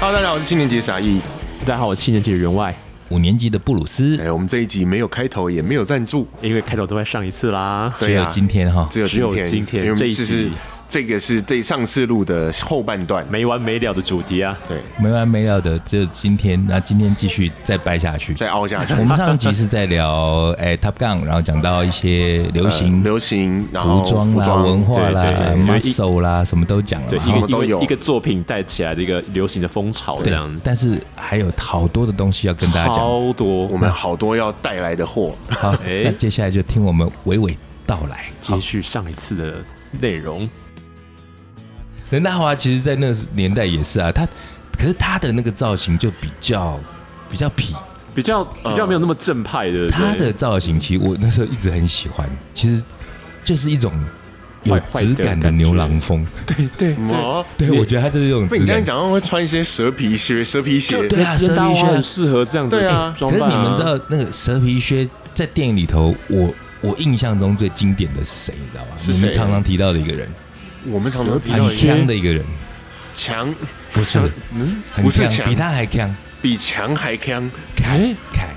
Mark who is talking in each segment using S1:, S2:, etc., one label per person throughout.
S1: Hello，大家好，我是七年级的傻义。
S2: 大家好，我是七年级的员外，
S3: 五年级的布鲁斯，
S1: 哎，我们这一集没有开头，也没有赞助，
S2: 因为开头都在上一次啦。
S3: 啊只有今天哈，
S1: 只有
S2: 只有
S1: 今天，
S2: 今天
S1: 因为我
S2: 这
S1: 们
S2: 一
S1: 这
S2: 集
S1: 是这个是对上次录的后半段。
S2: 没完没了的主题啊，
S1: 对，
S3: 没完没了的，只有今天。那今天继续再掰 下去。
S1: 再凹下去。
S3: 我们上集是在聊哎 Top Gun，然后讲到一些流行、
S1: 呃流行，然后
S3: 服装
S1: 服
S3: 啦、文
S1: 装，
S3: 化啊啦哎
S2: 对对、对因为一
S3: muscle 啦，什么都讲了
S2: 对，
S3: 嘛。
S2: 一
S1: 什
S3: 哈
S1: 么
S2: 个
S1: 都
S2: 一
S1: 有
S2: 个一个作品带起来的一个流行的风潮这样
S3: 对，，但是还有好多的东西要跟大家讲。
S2: 超多
S1: 我。们好多要带来的货。
S3: 好，
S2: 哎
S3: 那接下来就听我们娓娓道来。
S2: 接续上一次的内容，
S3: 任达华其实，在那个年代也是啊，他可是他的那个造型就比较比较痞，
S2: 比较
S3: 嗯
S2: 比较没有那么正派的，
S3: 他
S2: 对
S3: 的造型其实我那时候一直很喜欢，其实就是一种有
S2: 坏坏的
S3: 质感的
S2: 感
S3: 牛
S2: 觉
S3: 郎风。
S2: 对对对，
S1: 哦，
S3: 对，我觉得他就是这种
S1: 被你
S3: 质
S1: 这样
S3: 感。
S1: 讲，会穿一些蛇皮靴、蛇皮鞋。
S3: 对啊
S2: 任达
S3: 生育
S2: 华
S3: 圈
S2: 很适合这样子
S1: 对啊
S2: 的
S3: 可
S2: 装
S3: 是
S2: 扮
S3: 你
S2: 啊
S3: 们知道那个蛇皮靴在电影里头，我我印象中最经典的是谁，你知道吗？
S1: 是
S3: 你
S1: 谁
S3: 们常常提到的一个人，
S1: 我们常常提
S2: 蛇
S3: 很
S1: 到
S2: 皮
S1: 一
S2: 靴
S1: 个
S3: 强的一个人，
S1: 强，
S3: 不是，
S2: 嗯，
S3: 很
S1: 不是
S3: 强，
S1: 强
S3: 比他还强，
S1: 比强还强，
S2: 哎
S3: 凯，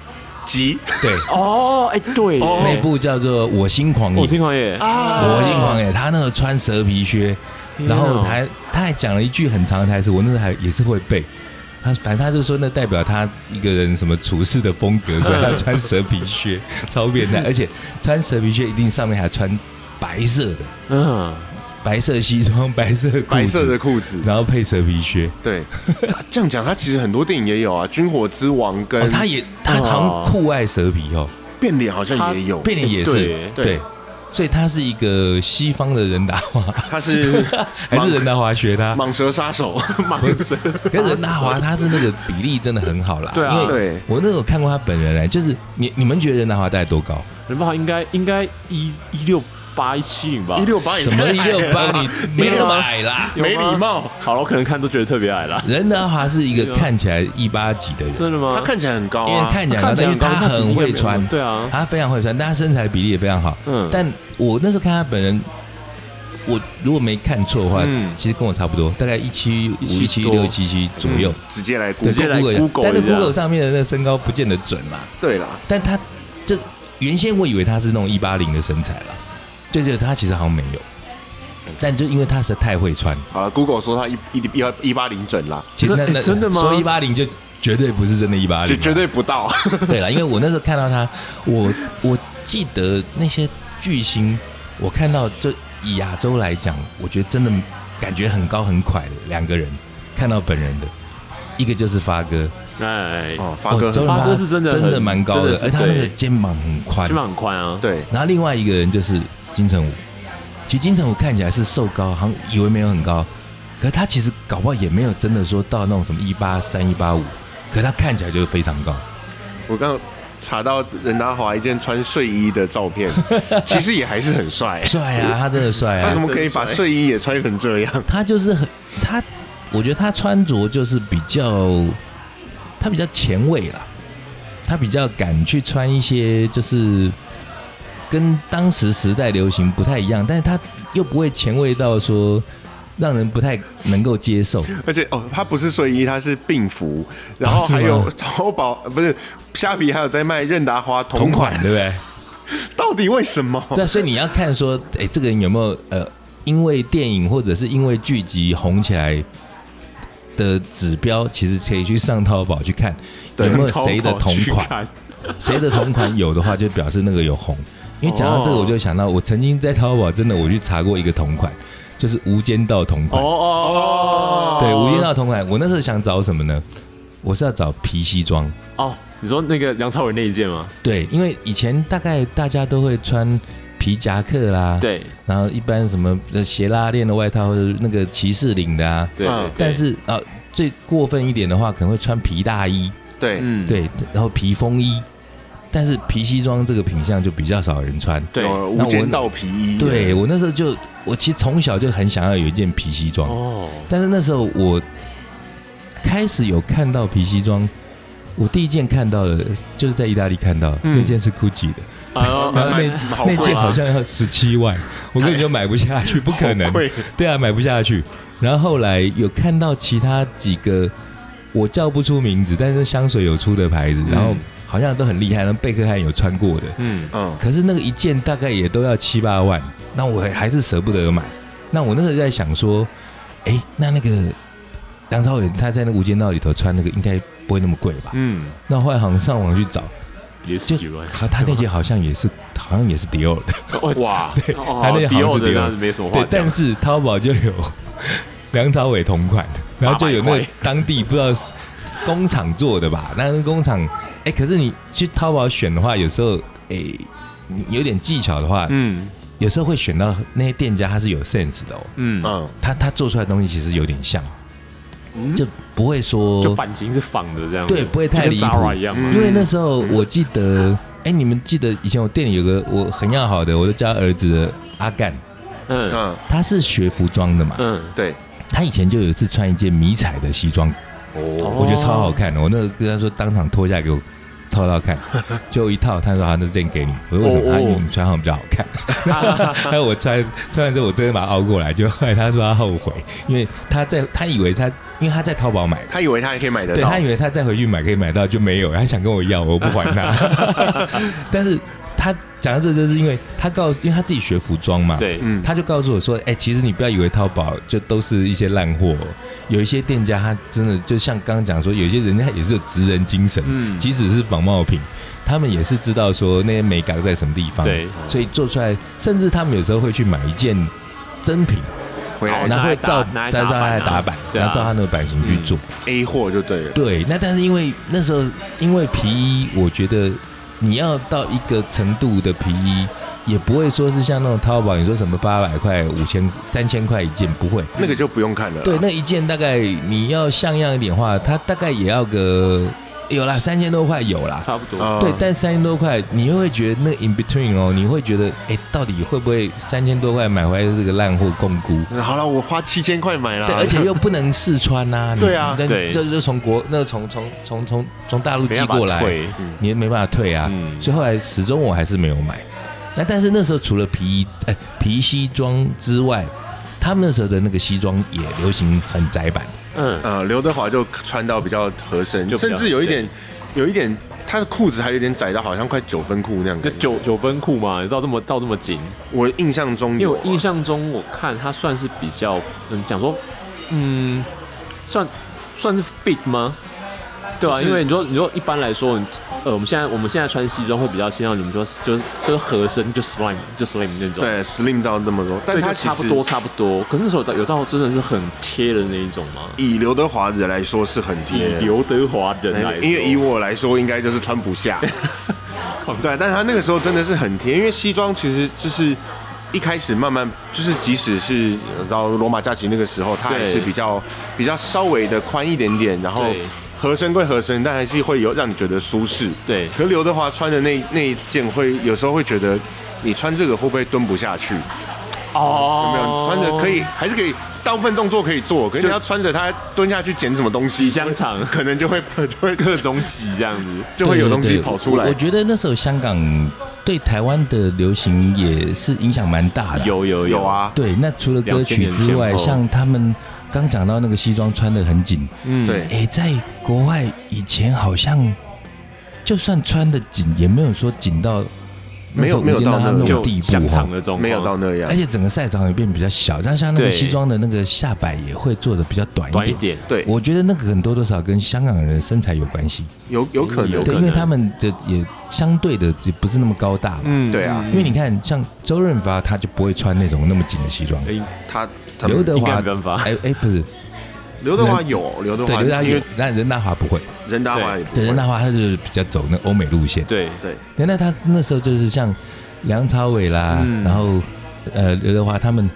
S1: 急
S3: 对，
S2: 哦哎对耶，
S1: 哦
S3: 那部叫做《我心狂野
S2: 我》。新狂野，
S1: 啊！
S3: 我心狂野，他那个穿蛇皮靴，
S2: 天啊
S3: 然后还他还讲了一句很长的台词，我那时候还也是会背。他反正他就说那代表他一个人什么处事的风格，所以他穿蛇皮靴， 超 变态，而且穿蛇皮靴一定上面还穿白色的
S2: 嗯，
S3: 白色西装、白色裤子
S1: 白色的，裤子，
S3: 然后配蛇皮靴。
S1: 对，这样讲，他其实很多电影也有啊，《军火之王》跟
S3: 哦，
S1: 《
S3: 他也他好像酷爱蛇皮哦，
S1: 变脸》好像也有，
S3: 变脸也是
S2: 对
S1: 哎对
S3: 对，所以他是一个西方的人达华，
S1: 他 是
S3: 还是人达华学他？
S1: 蟒蛇杀手，
S2: 蟒蛇，
S3: 可是任达华他是那个比例真的很好啦，
S2: 对啊
S3: 因为
S1: 对，
S3: 我那时候看过他本人哎，就是你你们觉得任达华大概多高？
S2: 人不好应该应该一一六八一七零吧，
S1: 一六八也
S3: 什么
S1: 太
S3: 一
S1: 矮了
S3: 六八？
S1: 吧
S3: 你没那么矮啦。
S2: 有吗
S1: 没礼貌，
S2: 好了，我可能看都觉得特别矮啦。
S3: 任达华是一
S2: 对
S3: 个
S2: 啊
S3: 看起来一八几的人，
S2: 真的吗？
S1: 他看起来很高
S3: 因为
S1: 啊，
S3: 看起来
S2: 他看起来
S3: 因为
S2: 很高
S3: 他
S2: 他实际
S3: 很
S2: 也没
S3: 会
S2: 有
S3: 穿，
S2: 对啊
S3: 他非常会穿，但他身材比例也非常好。
S2: 嗯
S3: 但我那时候看他本人，我如果没看错的话
S2: 嗯，
S3: 其实跟我差不多，大概一七五、一
S2: 175
S3: 七六、一七七左右。
S1: 嗯直接来估
S3: 对
S2: 嗯直接来
S3: Google 一下
S2: Google
S3: 但是
S2: 一下
S3: Google 上面的那个身高不见得准嘛。
S1: 对啦，
S3: 但他这原先我以为他是那种一八零的身材啦，就是他其实好像没有，
S1: 嗯
S3: 但就因为他实在太会穿，
S1: 好了，Google 说他一一一一八零整啦，
S3: 其实那
S2: 真
S3: 那
S2: 诶真的吗
S3: 说一八零就绝对不是真的一八
S1: 就
S3: 零，
S1: 绝对不
S2: 哦
S1: 到，
S3: 对了，因为我那时候看到他，我我记得那些巨星，我看到就以亚洲来讲，我觉得真的感觉很高很快的两个人，看到本人的。一个就是发哥，
S2: 哎，
S1: 哦，发哥
S3: 哦周润
S2: 发哥是真的很
S3: 真的蛮高
S2: 真
S3: 的
S2: 的，是
S3: 而他那个
S2: 对
S3: 肩膀很宽，
S2: 肩膀很宽啊。
S1: 对，
S3: 然后另外一个人就是金城武，其实金城武看起来是瘦高，好像以为没有很高，可是他其实搞不好也没有真的说到那种什么一八三、一八五，可是他看起来就是非常高。
S1: 我刚查到任达华一件穿睡衣的照 片，其实也还是很帅，
S3: 帅啊，他真的帅
S1: 哎他
S3: 啊
S1: 怎，么可以把睡衣也穿成这样？
S3: 他就是很他，我觉得他穿着就是比较，他比较前卫啦，他比较敢去穿一些就是。跟当时时代流行不太一样，但是他又不会前卫到说让人不太能够接受。
S1: 而且哦，它不是睡衣，它是病服，然后
S3: 哦是吗
S1: 还有淘宝呃不是虾皮，还有在卖任达华同
S3: 同
S1: 款
S3: 款，对不对？
S1: 到底为什么？
S3: 对啊，所以你要看说，哎、这个人有没有呃，因为电影或者是因为剧集红起来的指标，其实可以去上淘宝去看有没有谁的同款，
S2: 款？
S3: 谁的同款有的话，就表示那个有红。因为讲到这个，
S2: 哦
S3: 我就想到我曾经在淘宝真的我去查过一个同款，就是《无间道》同
S2: 哦
S3: 款。
S2: 哦哦，
S3: 对，《无间道》同款，我那时候想找什么呢？我是要找皮西装。
S2: 哦，你说那个梁朝伟那一件吗？
S3: 对，因为以前大概大家都会穿皮夹克啦，
S2: 对
S3: 然后一般什么呃斜拉链的外套或者那个骑士领的啊，
S2: 对
S1: 嗯
S2: 对，
S3: 但是啊、呃最过分一点的话，可能会穿皮大衣，
S1: 对，
S2: 嗯，
S3: 对，然后皮风衣，但是皮西装这个品相就比较少人穿。
S2: 对
S1: 有无间道皮衣，
S3: 对我那时候就，我其实从小就很想要有一件皮西装，
S2: 哦，
S3: 但是那时候我开始有看到皮西装，我第一件看到的就是在意大利看到的、
S2: 嗯
S3: 那件是 GUCCI 的，
S2: 啊
S3: 然后那
S1: 好贵
S3: 那
S1: 啊
S3: 件好像要十七万，我根本就买不下去，啊不可能
S1: 好。贵
S3: 对啊，买不下去。然后后来有看到其他几个我叫不出名字，但是香水有出的牌子，然后
S2: 嗯
S3: 好像都很厉害，那贝克汉有穿过的，
S2: 嗯，
S1: 嗯，
S3: 可是那个一件大概也都要七八万，那我还是舍不得买。那我那时候在想说，哎、那那个梁朝伟他在那个《无间道》里头穿那个应该不会那么贵吧？
S2: 嗯，
S3: 那后来好像上网去找，
S2: 也是几万。
S3: 他他那件好像也是好像也是迪奥的，
S1: 哇，
S2: 哦
S3: 他那个好像是
S2: 迪奥的
S3: 迪奥
S2: 那没什么话
S3: 对，
S2: 讲
S3: 但。是淘宝就有 梁朝伟同 款，然后就有
S2: 800
S3: 那个
S2: 块
S3: 当地不知道是工厂做的吧？ 那个工厂，哎、可是你去淘宝选的话，有时候哎、你有点技巧的话，
S2: 嗯
S3: 有时候会选到那些店家，他是有 sense 的哦，
S2: 嗯，
S1: 嗯，
S3: 他他做出来的东西其实有点像，
S2: 嗯
S3: 就不会说
S2: 就版型是仿的这样子，
S3: 对不会太
S2: 就跟
S3: 离谱
S2: Zara 一样嘛。嗯
S3: 因为那时候我记得，哎、你们记得以前我店里有个我很要好的，我都叫他儿子的阿干，
S2: 嗯
S1: 嗯，
S3: 他是学服装的嘛，
S2: 嗯，
S1: 对，
S3: 他以前就有一次穿一件迷彩的西装，
S1: 哦，
S3: 我觉得超好看的，我那个跟他说当场脱下来给我。套 套看，最后一套，他说好，那这件给你。我说为什么？
S2: 哦哦
S3: 他因为你穿好像比较好看。 还有我穿穿完之后，我真的把它凹过来，就后来他说他后悔，因为他在他以为他，因为他在淘宝买的，
S1: 他以为他还可以买得
S3: 对
S1: 到，
S3: 他以为他再回去买可以买到，就没有，他想跟我要，我不还 他。但是他讲到这，就是因为他告诉，因为他自己学服装嘛，，
S2: 对，
S1: 嗯，
S3: 他就告诉我说，哎、其实你不要以为淘宝就都是一些烂货，有一些店家他真的就像刚刚讲说，有些人家也是有职人精神，
S2: 嗯，
S3: 即使是仿冒品，他们也是知道说那些美感在什么地方，，
S2: 对，
S3: 所以做出来，甚至他们有时候会去买一件真品，
S1: 回来
S2: 哦拿
S3: 然后
S2: 来
S3: 会
S2: 打
S3: 照
S2: 拿来
S3: 再
S2: 打
S3: 照他
S2: 版
S3: 来
S2: 啊
S3: 打版，
S2: 对啊
S3: 然后照他那个版型去做。
S1: A 货就对了，
S3: 对，那但是因为那时候因为皮衣，我觉得你要到一个程度的皮衣，也不会说是像那种淘宝你说什么八百块、五千、三千块一件，不会。
S1: 那个就不用看了啦，
S3: 对，那一件大概你要像样一点的话，它大概也要个有啦，三千多块有啦。
S2: 差不多。
S1: 嗯
S3: 对，但三千多块，你又会觉得那 in between 哦，你会觉得，哎、到底会不会三千多块买回来就是个烂货共估？
S1: 嗯好了，我花七千块买了，
S3: 对，而且又不能试穿呐、你
S1: 啊对啊
S3: 那
S2: 对
S3: 就就从国那从从从从从大陆
S2: 没
S3: 寄
S2: 办法
S3: 过来，
S2: 退
S3: 你也没办法退啊。
S2: 嗯
S3: 所以后来始终我还是没有买。那但是那时候除了皮衣哎、皮西装之外，他们那时候的那个西装也流行很窄版，
S2: 嗯，
S1: 呃，刘德华就穿到比较合身，
S2: 就比较
S1: 甚至有一点，有一点，他的裤子还有点窄到好像快九分裤那样
S2: 就
S1: 感觉。
S2: 九九分裤嘛，到这么到这么紧，
S1: 我印象中
S2: 因为
S1: 有
S2: 我
S1: 啊，
S2: 印象中我看他算是比较，嗯，讲说，嗯，算算是 fit 吗？对啊，
S1: 就是
S2: 因为你说你说一般来说，你呃，我们现在我们现在穿西装会比较偏向你们说就是就是合身就 slim 就 slim 那种，
S1: 对 slim 到那么多，但
S2: 对，
S1: 他
S2: 就
S1: 其
S2: 差不
S1: 实
S2: 多差不多。可是那时候有到有到真的是很贴的那一种吗？
S1: 以刘德华人来说是很
S2: 以
S1: 贴，
S2: 刘德华人来
S1: 哎
S2: 说，
S1: 因为以我来说应该就是穿不 下。对，但他那个时候真的是很贴，因为西装其实就是。一开始慢慢就是，即使是呃到罗马假期那个时候，他还
S2: 对
S1: 是比较比较稍微的宽一点点，然后
S2: 对
S1: 合身归合身，但还是会有让你觉得舒适。
S2: 对
S1: 可是刘德华穿的那那一件会有时候会觉得，你穿这个会不会蹲不下去？有
S2: 哦，
S1: 没有？你穿着可以还是可以，大部分动作可以做，可是
S2: 就
S1: 你要穿着它蹲下去捡什么东西，
S2: 挤香肠
S1: 可能就会就会
S2: 各种挤这样子，
S1: 就会有
S3: 对
S1: 东西
S3: 对
S1: 跑出来
S3: 我我。觉得那时候香港对台湾的流行也是影响蛮大的。
S2: 有有
S1: 有，啊，
S3: 对，那除了歌曲之
S2: 2000
S3: 外，
S2: 年前后
S3: 像他们刚讲到那个西装穿的很紧，
S2: 嗯，
S1: 对，
S3: 哎、在国外以前好像就算穿的紧，也没有说紧到
S1: 没有
S3: 那时候
S1: 没有到
S3: 我见他
S1: 那
S3: 那
S1: 种
S3: 种
S2: 就
S3: 地
S2: 香
S3: 步
S2: 肠
S3: 哈。
S2: 的状况，
S1: 没有到那样
S3: 而。且整个赛场也变比较小，像像那个
S2: 对
S3: 西装的那个下摆也会做的比较短
S2: 短一
S3: 一点。
S2: 点，
S1: 对，
S3: 我觉得那个很多多少跟香港人的身材有关系，
S1: 有有可能
S2: 有
S3: 对，
S2: 可
S3: 因
S2: 能
S3: 为他们的也相对的也不是那么高大嘛。
S2: 嗯
S1: 对啊
S3: 因为你看，像周润发他就不会穿那种那么紧的西装，
S2: 哎
S1: 他他
S3: 刘德
S2: 应该
S3: 华
S2: 没办法，
S3: 哎哎不是，
S1: 刘德华有刘德
S3: 对
S1: 华，
S3: 刘德华
S1: 因
S3: 有
S1: 为，
S3: 那任达华不会，
S1: 任达华也不
S3: 对任达
S1: 会。
S3: 华他就是比较走那欧美路线。
S2: 对，
S1: 对，
S3: 对，那他那时候就是像梁朝伟啦，
S2: 嗯
S3: 然后呃刘德华他们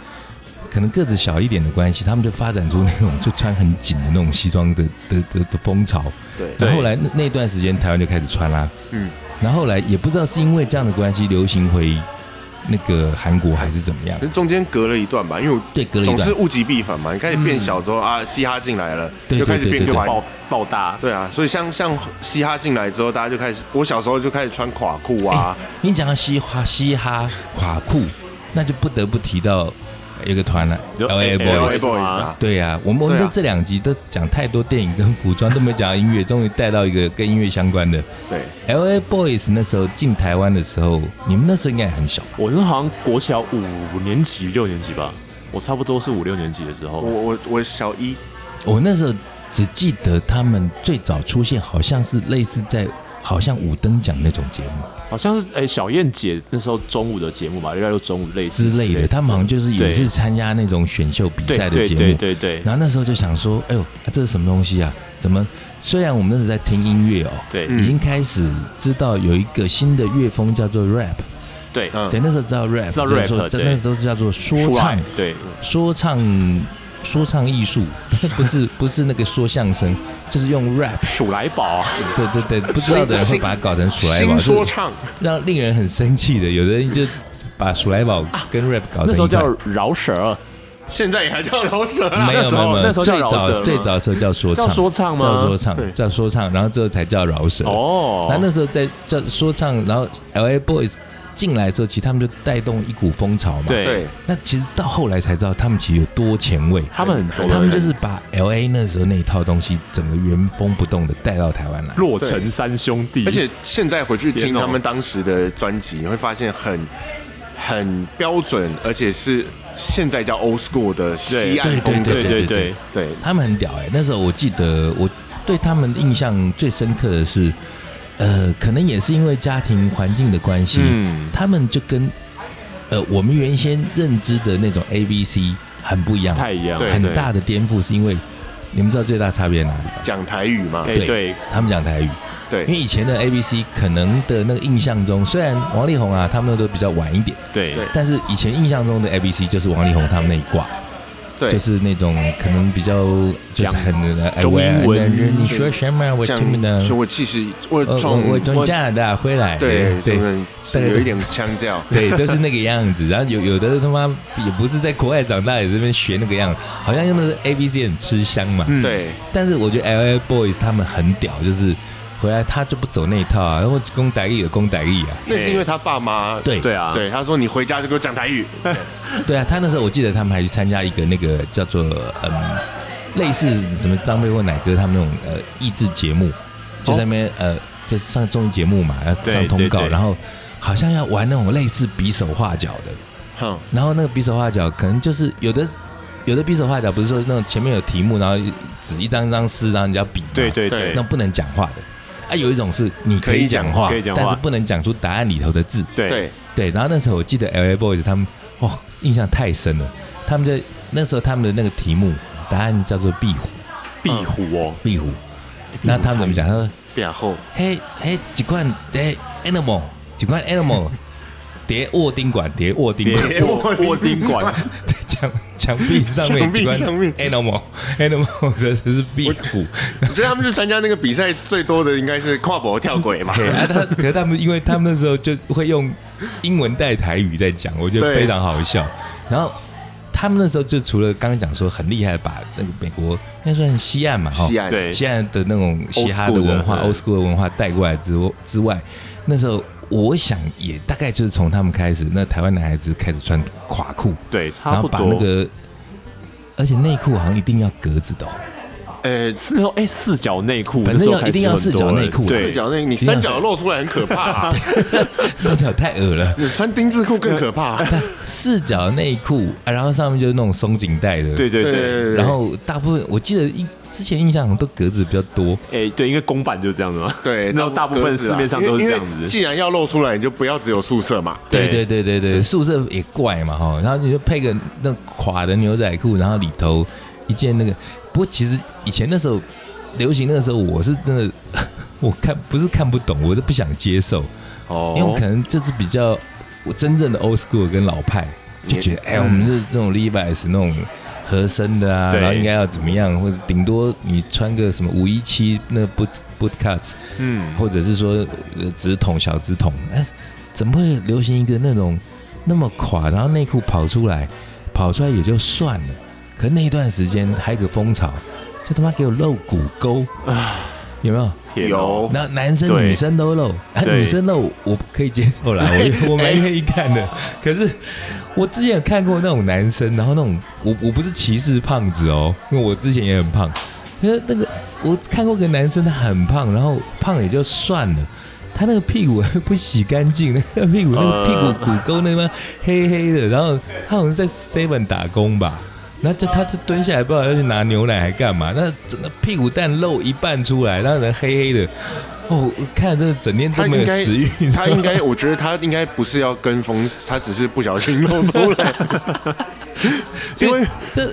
S3: 可能个子小一点的关系，他们就发展出那种就穿很紧的那种西装的的的的风潮。
S1: 对
S2: 对
S3: 然后后来那那段时间台湾就开始穿啦，
S1: 嗯，
S3: 然后后来也不知道是因为这样的关系流行回那个韩国还是怎么样
S1: 可，是中间隔了一段吧，因为我
S3: 对，隔了一
S1: 总是
S3: 段。嗯
S1: 物极必反嘛。你开始变小之后啊，嘻哈进来了，
S3: 对
S1: 就开始
S3: 对对
S1: 变
S3: 对
S1: 宽。
S2: 爆爆大，
S1: 对啊，所以像像嘻哈进来之后，大家就开始，我小时候就开始穿垮裤啊，
S3: 你讲到嘻哈嘻哈垮裤，那就不得不提到有个团呢、
S2: 就
S3: l A
S2: LA
S3: 哎 Boys。
S1: Boys 啊，
S3: 对呀、我们我们
S1: 对
S3: 这
S1: 啊
S3: 这两集都讲太多电影跟服装，都没讲到音乐，终于带到一个跟音乐相关的。
S1: 对，
S3: L A Boys 那时候进台湾的时候，你们那时候应该也很小吧，
S2: 我是好像国小五年级、六年级吧，我差不多是五六年级的时
S1: 我
S3: 哦
S2: 候。
S1: 我我小一，
S3: 我那时候只记得他们最早出现，好像是类似在好像五等奖那种节目
S2: 好像是哎、小燕姐那时候中午的节目吧，应该就中午类似
S3: 之类的，他们好像就是也
S2: 对
S3: 是参加那种选秀比
S2: 对
S3: 赛的
S2: 对
S3: 节目。
S2: 对对对
S3: 然后那时候就想说，哎呦，啊这是什么东西啊？怎么？虽然我们那时候在听音乐哦，
S2: 对
S1: 嗯
S3: 已经开始知道有一个新的乐风叫做 rap，
S2: 对
S1: 嗯
S3: 对，那时候知道 rap，
S2: 知道
S3: 就是
S2: rap，
S3: 说
S2: 对
S3: 那时候叫做说唱，
S2: 对
S3: 说唱，说唱 艺术，不是不是那个说相声，就是用 rap，
S2: 鼠来宝啊，
S3: 对对对，不知道的人会把它搞成鼠来宝，
S1: 新说
S3: 就是
S1: 唱，
S3: 让令人很生气的，有的人就把鼠来宝跟 rap
S2: 啊
S3: 搞成一块、
S2: 那时候叫饶舌，
S1: 现在也还叫饶舌啦
S3: 没有
S2: 那时
S3: 没
S2: 候
S3: 有没有，
S2: 那时候叫
S3: 最
S2: 饶舌
S3: 早
S2: 吗
S3: 最早的时候叫说唱，
S2: 叫说唱吗
S3: 叫说唱，
S1: 对
S3: 叫说唱，然后之后才叫饶舌。
S2: 哦，
S3: 然后那时候在叫说唱，然后 L A Boys 进来的时候，其实他们就带动一股风潮嘛。。
S2: 对
S1: 对，
S3: 那其实到后来才知道，他们其实有多前卫。
S2: 他们很走的
S3: 他们就是把 L A 那时候那一套东西，整个原封不动的带到台湾来。
S2: 洛城三兄弟，
S1: 而且现在回去
S2: 天
S1: 听
S2: 哦
S1: 他们当时的专辑，你会发现很很标准，而且是现在叫 old school 的西岸风格。
S2: 对对对
S1: 对
S3: 他们很屌哎、那时候我记得我对他们的印象最深刻的是，呃，可能也是因为家庭环境的关系，
S2: 嗯
S3: 他们就跟呃我们原先认知的那种 A B C 很不一样
S2: 不，太一样，
S1: 对
S3: 很大的颠覆，是因为你们知道最大差别在哪里吧？
S1: 讲台语嘛，
S2: 哎
S3: 对
S2: 对，
S3: 他们讲台语，
S1: 对
S3: 因为以前的 A B C 可能的那个印象中，虽然王力宏啊他们都比较晚一点，
S2: 对
S1: 对
S3: 但是以前印象中的 A B C 就是王力宏他们那一挂。
S1: 对，
S3: 就是那种可能比较就是
S2: 讲
S3: 很呃
S2: 中英
S3: 我
S2: 文
S3: 你说什么我
S1: 这
S3: 听不
S1: 样。
S3: 懂。
S1: 所以我其实我
S3: 呃
S1: 从
S3: 我我从加拿大回来，
S1: 对
S3: 对
S1: 对，有一点腔调。
S3: 对，都是那个样子。然后有有的他妈也不是在国外长大，也这边学那个样子，好像用的是 A B C 很吃香嘛。
S2: 嗯
S1: 对，
S3: 但是我觉得 L A Boys 他们很屌，就是回来他就不走那一套啊，然后攻台语有攻台语啊。
S1: 那是因为他爸妈
S3: 对
S2: 对啊，
S1: 对他说你回家就给我讲台语。
S3: 对啊，他那时候我记得他们还去参加一个那个叫做嗯，类似什么张贝或奶哥他们那种呃益智节目，就在那边、呃，就上综艺节目嘛，要
S2: 哦对
S3: 上通
S2: 对
S3: 告，
S2: 对
S3: 然后好像要玩那种类似比手画脚的，
S1: 哼，
S3: 然后那个比手画脚可能就是有的有的比手画脚不是说那种前面有题目，然后纸一张一张撕，然后你就要比嘛，
S2: 对对
S1: 对啊
S2: 对
S3: 那种不能讲话的。啊，有一种是你可
S1: 可
S3: 以
S1: 以
S3: 讲
S1: 讲
S3: 话，
S2: 可以讲
S3: 但
S2: 话
S3: 是不能讲出答案里头的字。
S2: 对
S1: 对，
S3: 对，然后那时候我记得 L A Boys 他们，哦，印象太深了。他们就那时候他们的那个题目答案叫做壁虎，
S2: 壁
S3: 嗯
S2: 虎哦，
S3: 壁虎。那他们怎么讲？他说：
S1: 然后
S3: 嘿，嘿，几罐哎 animal，几罐 animal，叠 卧钉管，叠卧钉管，
S2: 别卧卧钉 管，
S3: 在 墙墙壁上面
S1: 墙壁
S3: 几罐
S1: 上面
S3: animal，animal 这是壁虎。
S1: 我觉得他们去参加那个比赛最多的应该是跨博跳轨嘛。
S3: 对 啊，他可是他们，因为他们那时候就会用英文带台语在讲，我觉得
S1: 对
S3: 非常好笑。然后他们那时候就除了刚刚讲说很厉害，把那个美国应该算西岸嘛，哈，
S1: 西岸
S2: 对
S3: 西岸的那种嘻哈
S2: Old
S3: 的
S2: school 的
S3: 文化、
S2: 对
S3: old school 的文化带过来之之外，那时候我想也大概就是从他们开始，那台湾男孩子开始穿垮裤，
S2: 对，
S3: 然
S2: 差
S3: 后
S2: 不
S3: 把那
S2: 多。
S3: 个，而且内裤好像一定要格子的、哦。
S1: 呃，
S2: 是哦，哎，四角内裤，
S3: 反正
S2: 那时候
S3: 要
S2: 开始
S3: 一定要
S2: 很多
S3: 四角内裤
S2: 了
S1: 四
S2: 对，
S1: 角那个你三角露出来很可怕啊，
S3: 三角太恶了，
S1: 你穿丁字裤更可怕。
S3: 四角内裤、啊，然后上面就是那种松紧带的，
S2: 对对
S1: 对
S2: 对，
S1: 对
S3: 然后大部分我记得印之前印象好像都格子比较多，
S2: 哎，对，因为公版就是这样子嘛，
S1: 对，
S2: 那大部分
S1: 格子啊
S2: 市面上都
S1: 因为
S2: 是这样
S1: 因为
S2: 子，
S1: 既然要露出来，你就不要只有宿舍嘛。
S3: 对对对对对，宿舍也怪嘛哈，然后你就配个那垮的牛仔裤，然后里头一件那个，不过其实以前那时候流行那个时候，我是真的 我看不是看不懂，我是不想接受，
S1: 哦
S3: 因为我可能就是比较我真正的 old school 跟老派，就觉得哎、我们就是那种 Levi's 那种合身的啊，
S2: 对
S3: 然后应该要怎么样，或者顶多你穿个什么五一七那 boot boot cuts，
S2: 嗯，
S3: 或者是说呃直筒小直筒，哎，怎么会流行一个那种那么垮，然后内裤跑出来，跑出来也就算了，可那一段时间还有一个风潮，就他妈给我露骨沟，有没有？
S2: 天哪
S1: 有
S3: 那男生
S2: 对
S3: 女生都露，啊，
S2: 对哎
S3: 女生露我可以接受啦，我我蛮愿意看的。可是我之前有看过那种男生，然后那种我我不是歧视胖子哦，因为我之前也很胖。可是那个我看过个男生，他很胖，然后胖也就算了，他那个屁股 不洗干净，那个屁股那个屁股骨沟那边黑黑的，然后他好像在 Seven 打工吧。然后就他就蹲下来，不知道要去拿牛奶还干嘛，那整个屁股蛋露一半出来，那人黑黑的，哦，我看这整天都
S1: 他
S3: 没
S1: 应
S3: 有
S1: 该
S3: 食欲。你知道
S1: 他
S3: 吗
S1: 应该，我觉得他应该不是要跟风，他只是不小心漏风了。因为
S3: 这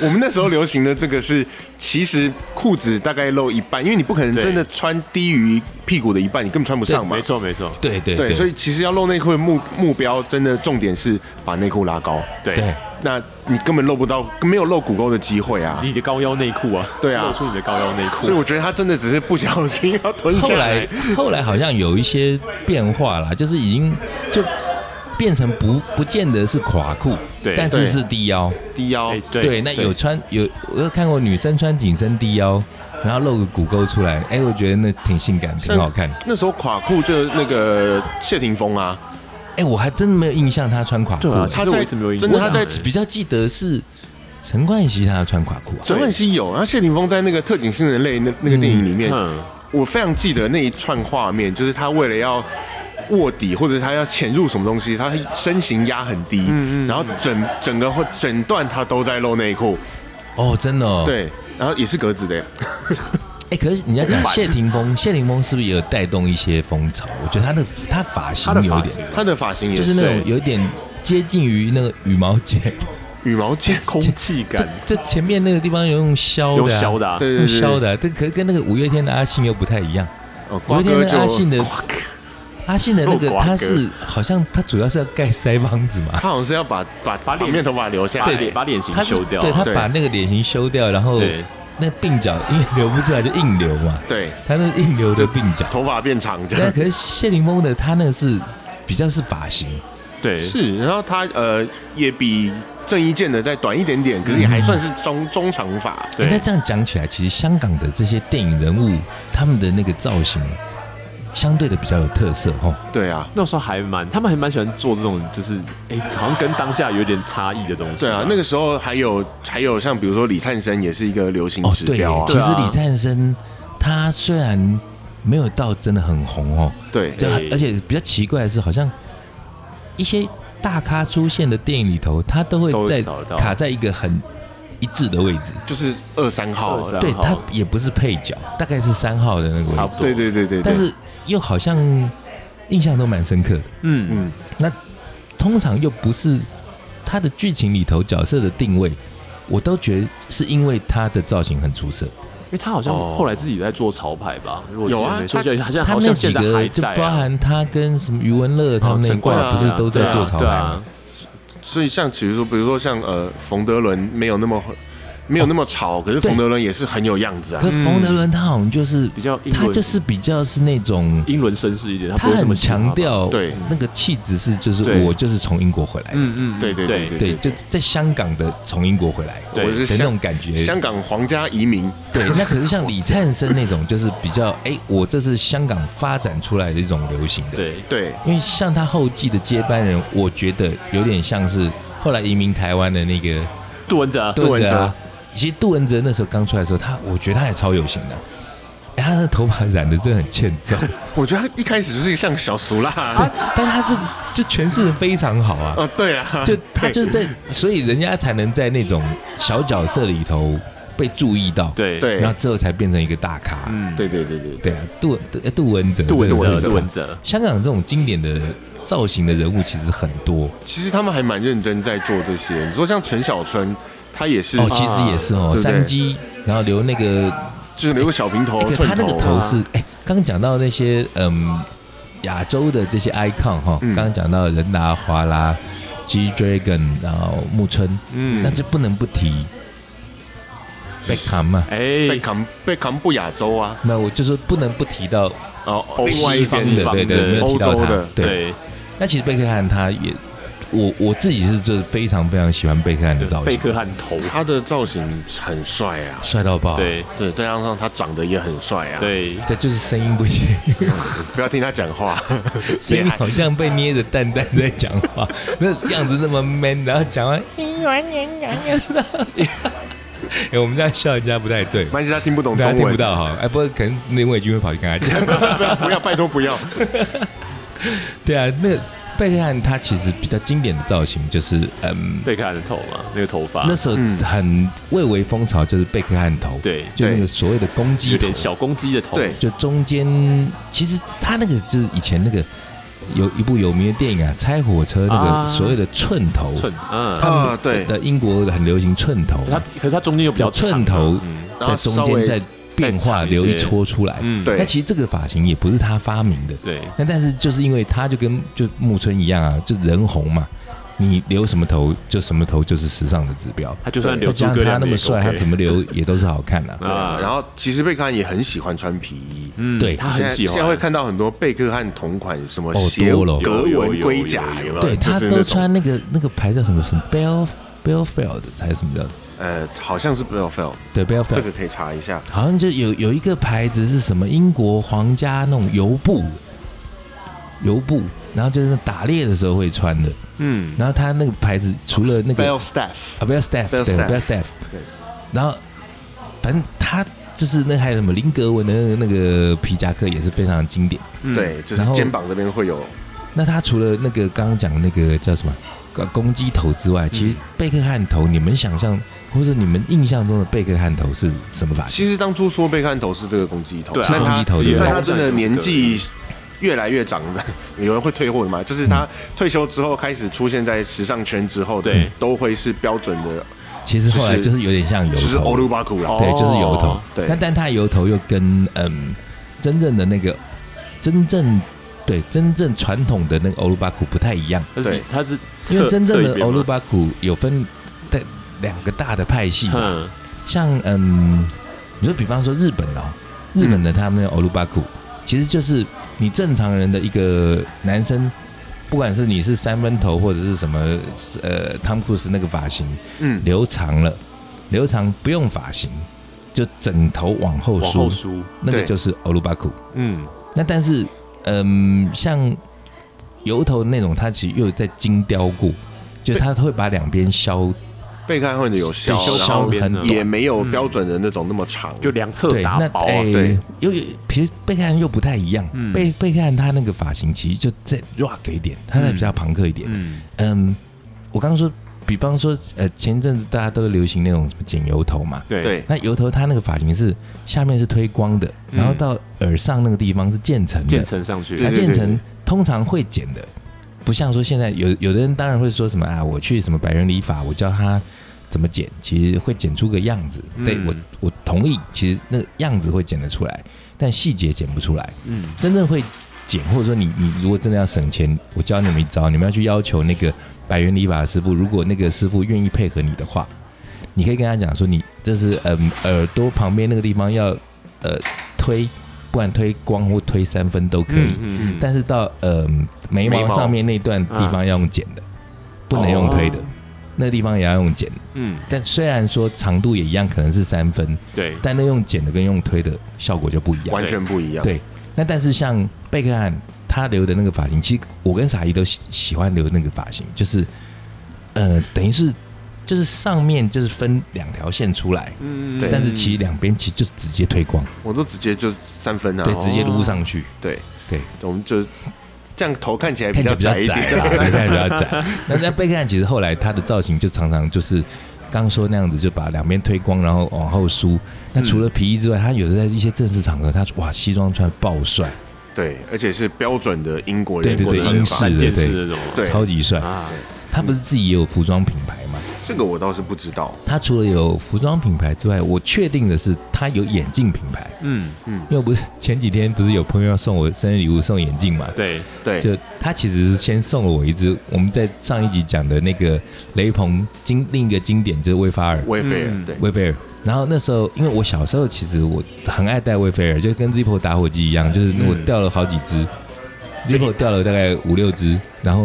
S1: 我们那时候流行的这个是，其实裤子大概露一半，因为你不可能
S2: 对
S1: 真的穿低于屁股的一半，你根本穿不上嘛
S2: 没。错没错，
S3: 对对
S1: 对，
S3: 对，
S1: 所以其实要露内裤的目目标，真的重点是把内裤拉高。
S2: 对
S3: 对，
S1: 那你根本露不到，没有露骨沟的机会啊。
S2: 你的高腰内裤啊，
S1: 对啊
S2: 露出你的高腰内裤，
S1: 所以我觉得他真的只是不小心要蹲
S3: 后
S1: 下
S3: 来
S1: 来。
S3: 后来好像有一些变化啦，就是已经就变成不不见得是垮裤，
S2: 对
S3: 但
S1: 对
S3: 是是低腰，
S1: 低腰
S2: 哎，对
S3: 对，那有穿有我有看过女生穿紧身低腰，然后露个骨沟出来，哎，我觉得那挺性感，挺好看。
S1: 那时候垮裤就那个谢霆锋啊，
S3: 哎，我还真的没有印象她穿垮裤哎
S2: 对，啊，
S1: 他
S2: 其实我
S1: 在
S2: 一直没有印象，
S1: 真的他在
S3: 我比较记得是陈冠希她穿垮裤啊，
S1: 陈冠希有，然后谢霆锋在那个《特警新人类》那那个电影里面，
S2: 嗯，
S1: 我非常记得那一串画面，就是他为了要卧底或者是他要潜入什么东西，他身形压很低，
S3: 嗯
S1: 然后整整个或整段他都在露内裤，
S3: 哦，真的、哦，，
S1: 对，然后也是格子的，
S3: 哎、可是你要讲谢霆锋，谢霆锋是不是也有带动一些风潮？我觉得他的他发型
S2: 他的
S3: 有
S2: 发
S3: 一
S2: 型
S3: 点，
S1: 他的发型也
S3: 就是是那种有一点接近于那个羽毛剪，
S1: 羽毛剪，
S2: 空气
S3: 这
S2: 感
S3: 这前面那个地方有用削的、
S2: 有
S3: 啊，
S2: 削的啊，
S1: 对对
S3: 用
S1: 对，
S3: 削的啊、但可是跟那个五月天的阿信又不太一样。
S1: 哦，
S3: 五
S1: 瓜
S3: 月天
S1: 哥
S3: 的
S1: 就
S3: 阿信的
S1: 瓜哥
S3: 阿信的那个
S2: 肉瓜哥
S3: 他是好像他主要是要盖腮帮子嘛，
S1: 他好像是要把把
S2: 把脸
S1: 把面头发留下
S2: 把
S1: 来，
S2: 脸把脸型
S3: 他是
S2: 修掉，啊
S3: 对他
S1: 对
S3: 把那个脸型修掉，然后
S2: 对
S3: 那鬓角因为留不出来就硬留嘛，
S1: 对，
S3: 他那硬留的鬓角。
S1: 头发变长这
S3: 但
S1: 样。
S3: 可是谢霆锋的他那个是比较是发型，
S2: 对
S1: 是，然后他呃也比郑伊健的再短一点点，可是也还算是中、中长发。
S3: 应该
S2: 对
S3: 这样讲起来，其实香港的这些电影人物他们的那个造型相对的比较有特色哦。
S1: 对啊，
S2: 那时候还蛮，他们还蛮喜欢做这种，就是哎、好像跟当下有点差异的东西。
S1: 对啊，那个时候还有还有像比如说李灿森也是一个流行
S3: 哦
S1: 指，
S3: 对耶，
S1: 标啊，
S3: 其
S2: 对
S3: 实
S2: 啊
S3: 李灿森他虽然没有到真的很红哦，
S1: 对
S3: 就
S2: 对
S3: 而且比较奇怪的是，好像一些大咖出现的电影里头，他都会
S2: 都会
S3: 在
S2: 找到
S3: 卡在一个很一致的位置。
S1: 就是二三号啊
S2: 二，三
S3: 对
S2: 然后
S3: 他也不是配角，大概是三号的那个位置
S2: 差不多，
S1: 对对对对对，
S3: 但是又好像印象都蛮深刻的。
S2: 嗯，
S1: 嗯，
S3: 那通常又不是他的剧情里头角色的定位，我都觉得是因为他的造型很出色。
S2: 因为他好像
S1: 哦
S2: 后来自己在做潮牌吧，如果
S1: 有
S2: 记得
S1: 啊
S2: 没错，
S1: 他
S2: 就好像
S3: 他
S2: 好
S3: 们
S2: 像
S3: 那几
S2: 现在
S3: 个
S2: 还
S3: 就
S2: 在
S3: 包
S2: 啊。哦
S3: 含他跟什么余文乐他们那一
S2: 陈
S3: 挂
S2: 冠
S1: 啊
S3: 不是都在做
S2: 潮
S3: 潮
S2: 对
S3: 牌
S2: 啊
S3: 吗？，
S1: 所以像比如说比如说像呃冯德伦没有那么没有那么潮，可是冯德伦也是很有样子啊
S3: 可，冯德伦他好像就是
S2: 嗯比较英
S3: 他
S2: 伦，
S3: 就是比较是那种
S2: 英伦绅士一点，他
S3: 他
S2: 不会这么
S3: 很
S2: 嘻哈吧
S3: 强，调
S1: 对
S3: 那个气质是就是
S2: 对
S3: 我就是从英国回来的，
S2: 嗯嗯，
S1: 对对对
S2: 对
S3: 对，就在香港的从英国回来的
S2: 对
S1: 我是
S3: 那种
S1: 香
S3: 感觉。
S1: 香港皇家移民，
S3: 对，那可是像李灿森那种，就是比较哎、我这是香港发展出来的一种流行的。，
S2: 对
S1: 对
S3: 因为像他后继的接班人，我觉得有点像是后来移民台湾的那个
S2: 杜文泽，
S3: 杜文
S1: 文
S3: 泽
S1: 泽
S3: 啊。其实杜文泽那时候刚出来的时候，他我觉得他也超有型的。哎，他的头发染的真的很欠 揍，
S1: 我觉得他一开始就是像小俗辣 啊，
S3: 但他是就诠释的非常好啊，
S2: 嗯
S1: 呃对啊，
S3: 就他就是
S1: 对
S3: 在，所以人家才能在那种小角色里头被注意到，，
S2: 对
S1: 对
S3: 然后之后才变成一个大咖。
S2: 嗯，
S1: 对对对对对
S3: 对啊，杜杜呃杜文泽，
S2: 杜文
S3: 真的
S2: 泽，
S3: 是
S2: 杜文泽，
S3: 香港这种经典的造型的人物其实很多
S1: 其实他们还蛮认真在做这些。你说像陈小春，他也是，
S3: 哦，其实也是
S2: 啊
S3: 哦，
S1: 对不对
S3: 山鸡，然后留那个，
S1: 就是留个小平哦头、啊
S3: 哎可
S1: 寸
S3: 他那个头是，哎，刚刚讲到那些嗯亚洲的这些 icon 哈，
S1: 嗯
S3: 刚刚讲到任达华啦、G Dragon，然后木村，
S2: 嗯
S3: 那，就不能不提贝卡嘛。
S1: 被
S2: 哎，
S1: 扛被扛不亚洲啊，
S3: 没有，我就说不能不提到
S1: 哦，
S2: 欧
S1: 另外
S2: 西
S1: 一
S2: 方
S1: 边
S3: 的，
S2: 的
S3: 对对，没有提
S1: 欧
S3: 到
S1: 洲
S3: 他
S1: 的。
S3: 对，
S2: 对
S3: 那其实贝克汉他也我我自己是就是非常非常喜欢贝克汉的造型，
S2: 贝克汉头，
S1: 他的造型很帅啊，
S3: 帅到爆，，
S2: 对
S1: 对，再加上他长得也很帅啊。，
S2: 对，
S3: 但就是声音不行，
S1: 不要听他讲话，
S3: 声音好像 被捏着蛋蛋在讲话， 那样子那么 man，然后讲 完，哎、我们这样笑人家不太 对，
S1: 关键他听不懂
S3: 大
S1: 中
S3: 家
S1: 文，
S3: 听不到哈，哎、不过可能林伟君会跑去跟他讲。
S1: 不要，不要，拜托不要。
S3: 哦对啊，那个贝克汉他其实比较经典的造型就是，嗯，
S2: 贝克汉的头嘛，那个头发，
S3: 那时候
S1: 嗯
S3: 很蔚为风潮，就是贝克汉头，，
S2: 对，
S3: 就那个所谓的公鸡
S2: 有
S3: 头
S2: 点，小公鸡的头，
S1: 对
S3: 就中间其实他那个就是以前那个有一部有名的电影啊，《拆火车》那
S2: 啊
S3: 个所谓的寸头，
S2: 寸啊，
S3: 他们
S1: 啊对
S3: 的英国很流行寸头，
S2: 它可是它中间又比较
S3: 有
S2: 长啊
S3: 寸头
S2: 嗯
S1: 然
S3: 在
S1: 后
S3: 中
S1: 稍
S3: 间
S1: 微
S3: 再变化留一撮出来，
S2: 嗯，
S1: 对
S3: 那其实这个发型也不是他发明的，
S2: 对，
S3: 那但是就是因为他就跟就木村一样啊，就人红嘛，你留什么头就什么头就是时尚的指标。
S2: 他就算
S3: 再
S2: 留诸
S3: 加上
S2: 葛
S3: 他
S2: 亮
S3: 那么帅，他怎
S2: 么
S3: 么留 也都是好看的、啊。
S1: 啊，然后其实贝克汉也很喜欢穿皮衣，
S2: 嗯
S3: 对
S2: 他很喜欢，
S1: 现在会看到很多贝克汉同款什么
S3: 哦
S1: 斜
S3: 多了
S1: 格纹龟甲，
S2: 有
S1: 有
S2: 有有有
S1: 没有？
S3: 对
S1: 就
S3: 他
S1: 是那
S3: 都
S1: 种
S3: 穿那个那个牌叫什么什么 Bell Bellfield 还是什么叫
S1: 呃，好像是 b e l f e l
S3: 对 Bellfield，、
S1: 这个可以查一下。
S3: 好像就有有一个牌子是什么英国皇家那种油布油布，然后就是打猎的时候会穿的。
S2: 嗯，
S3: 然后他那个牌子除了那个
S1: Bell Staff，
S3: 啊，不要 staff，
S1: Bell
S3: 对，
S1: Staff
S3: 不要 staff
S1: 对。
S3: 然后，反正他就是那还有什么林格文的那个那个皮夹克也是非常经典。
S2: 嗯，
S1: 对，就是
S3: 然后
S1: 肩膀这边会有，
S3: 那他除了那个刚刚讲的那个叫什么呃公鸡头之外，
S1: 嗯
S3: 其实贝克汉头，你们想象或者你们印象中的贝克汉头是什么发型？
S1: 其实当初说贝克汉头是这个公鸡头，
S2: 对啊
S1: 但
S3: 公
S1: 他
S3: 鸡头对不对
S1: 但他真的年纪越来越长的， 有人会退货的嘛？就是
S2: 嗯
S1: 他退休之后开始出现在时尚圈之后的
S2: 对，
S1: 都会是标准的，
S3: 其实后来
S1: 就是
S3: 就是有点像油
S1: 就是欧
S3: 头，
S1: 鲁巴库啦
S2: 哦。
S3: 对，就是油头。
S1: 对
S3: 但但他的油头又跟嗯真正的那个真正对真正传统的那个欧鲁巴库不太一样。
S2: 但是
S1: 对
S2: 他是
S3: 因为真正的欧
S2: 欧
S3: 鲁巴库有分的两个大的派系，
S2: 嗯，
S3: 像嗯，你说比方说日本哦，日本
S2: 嗯
S3: 的他们的欧鲁巴库其实就是你正常人的一个男生，不管是你是三分头或者是什么呃汤姆克鲁斯那个发型
S1: 嗯，
S3: 留长了，留长不用发型，就整头往后
S2: 往后
S3: 梳，
S2: 梳，
S3: 那个
S1: 对
S3: 就是欧鲁巴库。
S2: 嗯，
S3: 那但是，嗯，像油头那种，它其实又有在精雕过，就它会把两边削
S1: 贝克汉会有效，
S2: 削
S1: 然
S3: 削
S1: 后
S2: 边
S3: 很
S2: 的
S1: 也没有
S2: 嗯
S1: 标准的那种那么长，
S2: 就两侧
S3: 对，
S2: 打
S3: 那
S2: 薄
S3: 哎
S2: 啊，，
S1: 对
S3: 又有其实贝克汉又不太一样，
S2: 嗯
S3: 贝贝克汉他那个发型其实就再 rock 一点，他再比较朋克一点。
S2: 嗯，
S3: 嗯，我刚刚说，比方说，呃，前阵子大家都流行那种什么剪油头嘛，
S2: 对
S1: 对
S3: 那油头它那个发型是下面是推光的，
S2: 嗯
S3: 然后到耳上那个地方是渐层的
S2: 渐，层上去，
S3: 它
S1: 对对
S3: 渐层通常会剪的，不像说现在有有的人当然会说什么啊，我去什么百元理发，我教他怎么剪，其实会剪出个样子。
S2: 嗯
S3: 对我我同意，其实那个样子会剪得出来，但细节剪不出来。
S2: 嗯，
S3: 真正会剪，或者说你你如果真的要省钱，我教你们一招，你们要去要求那个百元理发的师傅，如果那个师傅愿意配合你的话，你可以跟他讲说你就是嗯耳朵旁边那个地方要呃推，不管推光或推三分都可以。
S2: 嗯
S3: 但是到呃眉
S1: 眉
S3: 毛
S1: 毛
S3: 上面那段地方要用剪的，不能用推的，
S2: 哦
S3: 那个地方也要用剪。
S2: 嗯，
S3: 但虽然说长度也一样，可能是三分，
S2: 对，
S3: 但那用剪的跟用推的效果就不一样。
S1: 完全不一样。
S3: 对那但是像贝克汉他留的那个发型，其实我跟傻姨都喜喜欢留那个发型，就是呃等于是就是上面就是分两条线出来，
S2: 嗯
S1: 对
S3: 但是其实两边其实就是直接推光，
S1: 我都直接就三分啊，
S3: 对，直接撸上去，
S1: 对
S3: 对。
S1: 我们就这样头看起来比
S3: 看起
S1: 较
S3: 来比较
S1: 窄一
S3: 窄
S1: 点。
S3: 啦， 对看起来比较窄。那那贝克汉其实后来他的造型就常常就是刚说那样子，就把两边推光，然后往后梳。那除
S1: 嗯
S3: 了皮衣之外，他有的在一些正式场合，他哇西装穿爆帅，
S1: 对，而且是标准的英国
S3: 对
S1: 人
S3: 对
S1: 过
S3: 对，
S1: 的穿
S3: 英式
S1: 法。
S2: 三
S3: 的
S2: 件式
S3: 对，
S2: 那种，
S1: 对
S3: 超级帅。
S2: 啊，
S3: 他不是自己也有服装品牌吗？
S1: 这个我倒是不知道。
S3: 他除了有服装品牌之外，我确定的是他有眼镜品牌。
S2: 嗯，
S3: 因为不是前几天不是有朋友要送我生日礼物送眼镜嘛？
S2: 对，
S1: 对，
S3: 就他其实是先送了我一只我们在上一集讲的那个雷朋经另一个经典就是威法尔
S1: 威菲尔
S2: 嗯
S1: 对
S3: 威菲尔。然后那时候因为我小时候其实我很爱戴威菲尔，就跟 Zippo 打火机一样，就是我掉了好几只、z i p p o 掉了大概五六只，然后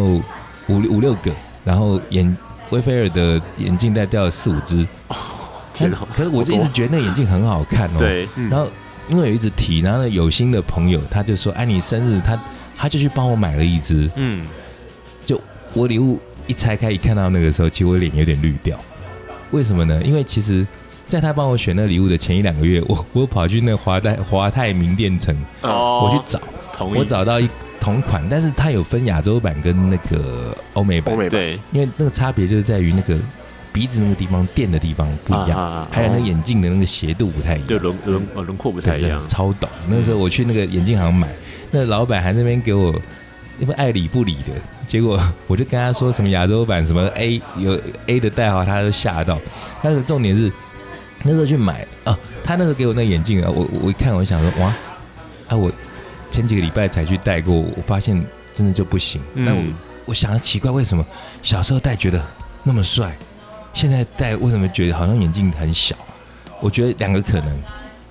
S3: 五五六个，然后眼威菲尔的眼镜戴掉了四五只。
S2: 天哪
S3: 可是我就一直觉得那眼镜很好看哦。。
S2: 对，
S1: 嗯
S3: 然后因为有一直提，然后呢有心的朋友他就说：“哎、你生日，他他就去帮我买了一只。
S2: 嗯，”
S3: 我礼物一拆开一看到那个时候，其实我脸有点绿掉。为什么呢？因为其实，在他帮我选那礼物的前一两个月，我我跑去那华泰华泰名店城，
S1: 嗯
S2: 哦，
S3: 我去找，
S2: 同意，
S3: 我找到一同款，但是它有分亚洲版跟那个欧美版
S1: 欧，美版
S2: 对
S3: 因为那个差别就是在于那个鼻子那个地方垫的地方不一
S2: 啊
S3: 样，
S2: 啊啊
S3: 还有那个眼镜的那个斜度不太一样。
S2: 对轮轮呃轮廓不
S3: 不
S2: 太一样，
S3: 超懂。那时候我去那个眼镜行买，那老板还在那边给我，因为爱理不理的，结果我就跟他说什么亚洲版什么 A 有 A 的代号，他都吓到。但是重点是那时候去买啊，他那时候给我那眼镜啊，我我一看我就想说哇，啊我前几个礼拜才去戴过，我发现真的就不行。那、我
S2: 嗯，
S3: 我想要奇怪为什么小时候戴觉得那么帅，现在戴为什么觉得好像眼镜很小？我觉得两个可能，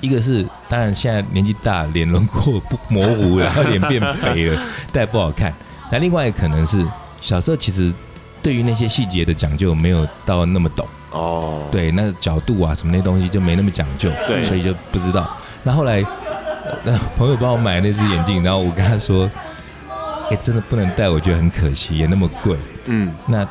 S3: 一个是当然现在年纪大，脸轮廓不模糊，然后脸变肥了，戴不好看。那另外一个可能是小时候其实对于那些细节的讲究没有到那么懂，
S1: 哦，
S3: 对，那角度啊什么那东西就没那么讲究，
S2: 对
S3: 所以就不知道。那后来，呃那朋友帮我买那只眼镜，然后我跟他说：“ 哎、真的不能戴，我觉得很可惜，也那么贵。
S1: 嗯，
S3: 那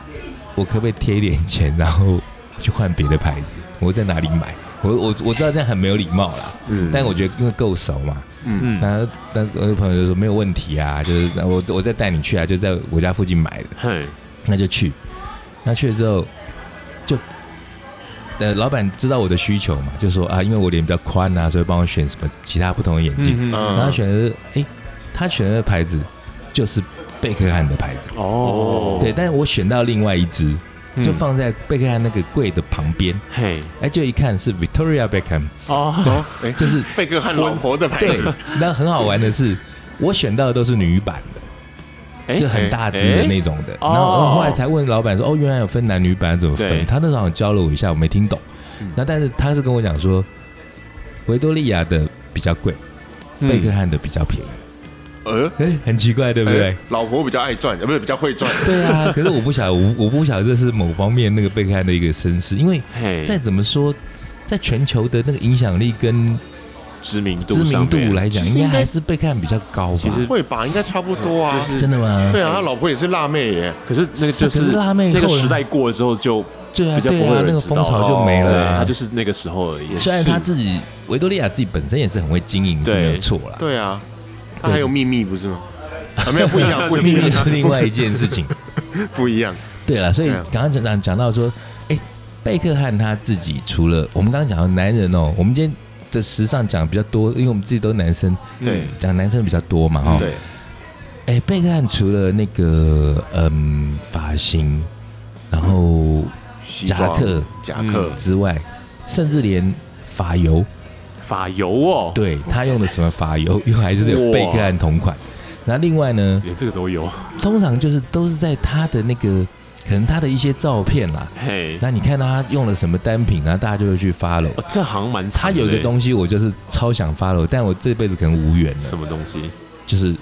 S3: 我可不可以贴一点钱，然后去换别的牌子？我在哪里买？我我我知道这样很没有礼貌啦，
S1: 嗯
S3: 但我觉得因为够熟嘛，
S1: 嗯
S2: 嗯
S3: 那那我的朋友就说没有问题啊，就是那我我再带你去啊，就在我家附近买的。”
S2: 嘿，
S3: 那就去。那去了之后，就呃，老板知道我的需求嘛，就说啊，因为我脸比较宽啊，所以帮我选什么其他不同的眼镜。
S2: 嗯嗯，
S1: 嗯
S3: 然后他选的是，哎、他选的牌子就是贝克汉的牌子，
S2: 哦，
S3: 对。但是我选到另外一只，
S2: 嗯
S3: 就放在贝克汉那个柜的旁边，
S2: 嘿，
S3: 哎、就一看是 Victoria Beckham，
S2: 哦，
S1: 哦，哎，
S3: 就是
S1: 贝克汉老婆的牌
S3: 对
S1: 子，。
S3: 那很好玩的是，我选到的都是女版的。
S2: 哎
S3: 就很大只的那种的。
S2: 哎
S3: 然后
S2: 哦
S3: 我后来才问老板说，哦，原来有分男女版怎么
S2: 对
S3: 分？他那时候好像教了我一下，我没听懂
S1: 嗯。
S3: 那但是他是跟我讲说，维多利亚的比较贵，
S2: 嗯
S3: 贝克汉的比较便宜。
S1: 呃，
S3: 哎，很奇怪，对不对
S1: 哎？老婆比较爱赚，呃，不是比较会赚，
S3: 对啊，可是我不晓得，我我不晓得这是某方面那个贝克汉的一个身世，因为
S2: 嘿，
S3: 再怎么说，在全球的那个影响力跟
S2: 知名度
S3: 知名
S2: 上
S3: 度
S2: 面
S3: 来讲，
S1: 其实
S3: 应该
S1: 应该
S3: 还是贝克汉比较高吧？
S2: 其实
S1: 会吧？应该差不多啊。
S2: 就是
S3: 真的吗？
S1: 对啊，他老婆也是辣妹耶。
S2: 可是那个就是
S3: 可是辣妹
S2: 那个
S3: 后来
S2: 时代过了之后就
S3: 对啊，
S2: 比较不
S3: 对
S2: 会有
S3: 啊，
S2: 人
S3: 那个
S2: 知道哦
S3: 风潮就没了
S2: 对，
S3: 啊。
S2: 他就是那个时候而已。
S3: 虽然他自己维多利亚自己本身也是很会经营是
S2: 对
S3: 没有错啦，
S1: 对啊，他
S3: 对
S1: 还有秘密不是吗？啊，没有不一 样，不
S3: 秘
S1: 一
S3: 密
S1: 样
S3: 是，另外一件事 情。
S1: 不一样。
S3: 对了，所以
S1: 对啊
S3: 刚刚讲讲讲到说，哎，贝克汉他自己除了我们刚刚讲到男人哦，我们今天的时尚讲比较多，因为我们自己都是男生，
S1: 对
S3: 讲男生比较多嘛哈。
S1: 对，
S3: 哎，贝克汉除了那个嗯发型，然后
S1: 西
S3: 夹
S1: 装
S3: 克嗯
S1: 夹
S2: 呃
S1: 克，
S3: 之外，甚至连发油，
S2: 法油哦，
S3: 对他用的什么发油， 又还是有贝克汉同款。那另外呢，
S2: 连这个都有，
S3: 通常就是都是在他的那个，可能他的一些照片啦。
S2: 嘿，
S3: 那你看到他用了什么单品，然后大家就会去 follow。
S2: 哦，这好像蛮
S3: 他
S2: 长的
S3: 有一个
S2: 欸
S3: 东西，我就是超想 follow，但我这辈子可能无缘
S2: 什
S3: 了，
S2: 么东西？
S3: 就是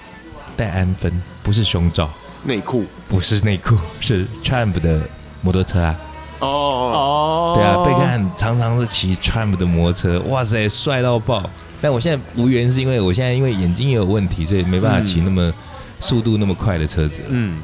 S3: 戴安芬，不是胸罩，
S1: 内裤。
S3: 不是内裤，是 Trump 的摩托车啊。
S1: 哦，
S2: 哦，
S3: 对啊，贝克汉常常是骑 Trump 的摩托车，哇塞，帅到爆！但我现在无缘是因为我现在因为眼睛也有问题，所以没办法骑那么、速度那么快的车子了。
S2: 嗯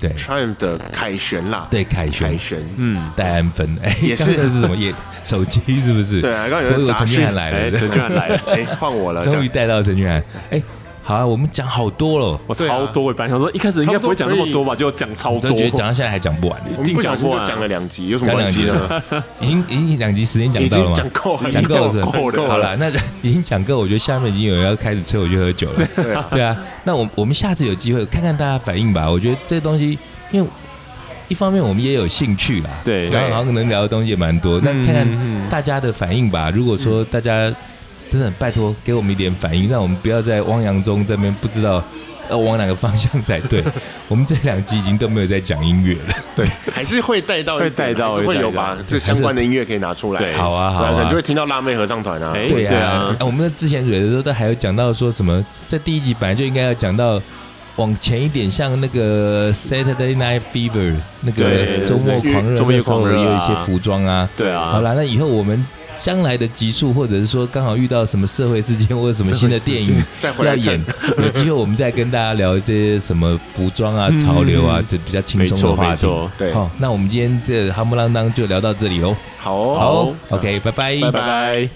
S3: 对
S1: Triumph 的凯旋啦，
S3: 对，凯旋
S1: 凯哦旋。
S2: 嗯，
S3: 戴安芬，哎、
S1: 也是
S3: 刚刚那是什么？也手机是不是？
S1: 对啊，刚刚
S3: 所
S1: 有
S3: 以
S1: 人
S3: 我
S1: 杂
S3: 陈俊
S1: 讯
S3: 翰，来
S2: 哎，
S3: 了，
S2: 陈俊然来 了，
S1: 哎，换我了，
S3: 终于
S1: 这样
S3: 带到陈俊翰。哎、好啊，我们讲好多了，
S2: 我
S1: 对啊
S2: 超多，我本来想说一开始应该不会讲那么多吧，结果讲超
S3: 我
S2: 多
S3: 都，觉得讲到现在还讲不完，
S1: 我
S2: 一
S1: 们
S2: 定
S1: 不小
S2: 讲
S1: 心
S2: 不
S1: 就
S2: 完，
S1: 讲了两集，有什么关系
S3: 讲
S1: 呢？
S3: 已经已经两集时间讲
S1: 已
S3: 到了
S1: 经
S3: 吗？
S1: 讲够了，
S3: 讲够了
S1: 已经
S3: 是吧
S1: 够了，
S3: 好了，那已经讲够，我觉得下面已经有人要开始催我去喝酒了。
S1: 对啊，
S3: 对啊，那我我们下次有机会看看大家反应吧。我觉得这东西，因为一方面我们也有兴趣啦，
S2: 对
S3: 然后好像能聊的东西也蛮多。那
S2: 嗯嗯
S3: 看看
S2: 嗯
S3: 大家的反应吧。如果说大家真的拜托给我们一点反应，让我们不要在汪洋中这边不知道 要往哪个方向才 对。我们这两集已经都没有在讲音乐了。
S1: 还是会带到一点，啊
S2: 会带到
S1: 还是会有
S2: 会
S1: 把
S2: 带
S1: 这相关的音乐可以拿出来。
S2: 对
S3: 好啊，好
S1: 对啊，可能
S3: 啊
S1: 就。会听到辣妹合唱团啊。
S2: 哎
S3: 对
S2: 对
S3: 啊
S2: 啊，
S3: 啊我们在之前蕊的时候，都还有讲到说什么，在第一集本来就应该要讲到往前一点，像那个 Saturday Night Fever
S2: 对
S3: 那个
S2: 对
S3: 周末
S1: 对
S3: 狂热，
S2: 周末
S3: 那时候
S2: 狂热啊
S3: 也有一些服装啊。
S2: 对
S3: 好
S2: 啊，
S3: 啦，那以后我们将来的集数，或者是说刚好遇到什么社会事件或者什么新的电
S2: 社会
S3: 影
S2: 事
S1: 再回
S3: 要
S1: 来
S3: 演
S1: 蹭，
S3: 有机会我们再跟大家聊这些什么服 装啊、潮流啊，这比较轻
S2: 没
S3: 松的
S2: 错
S3: 话
S2: 嗯没
S3: 题。
S2: 错，
S1: 对，
S3: 好，那我们今天这哈姆浪当就聊到这里喽。
S1: 好哦
S3: 好，，OK，拜拜，
S2: 拜拜。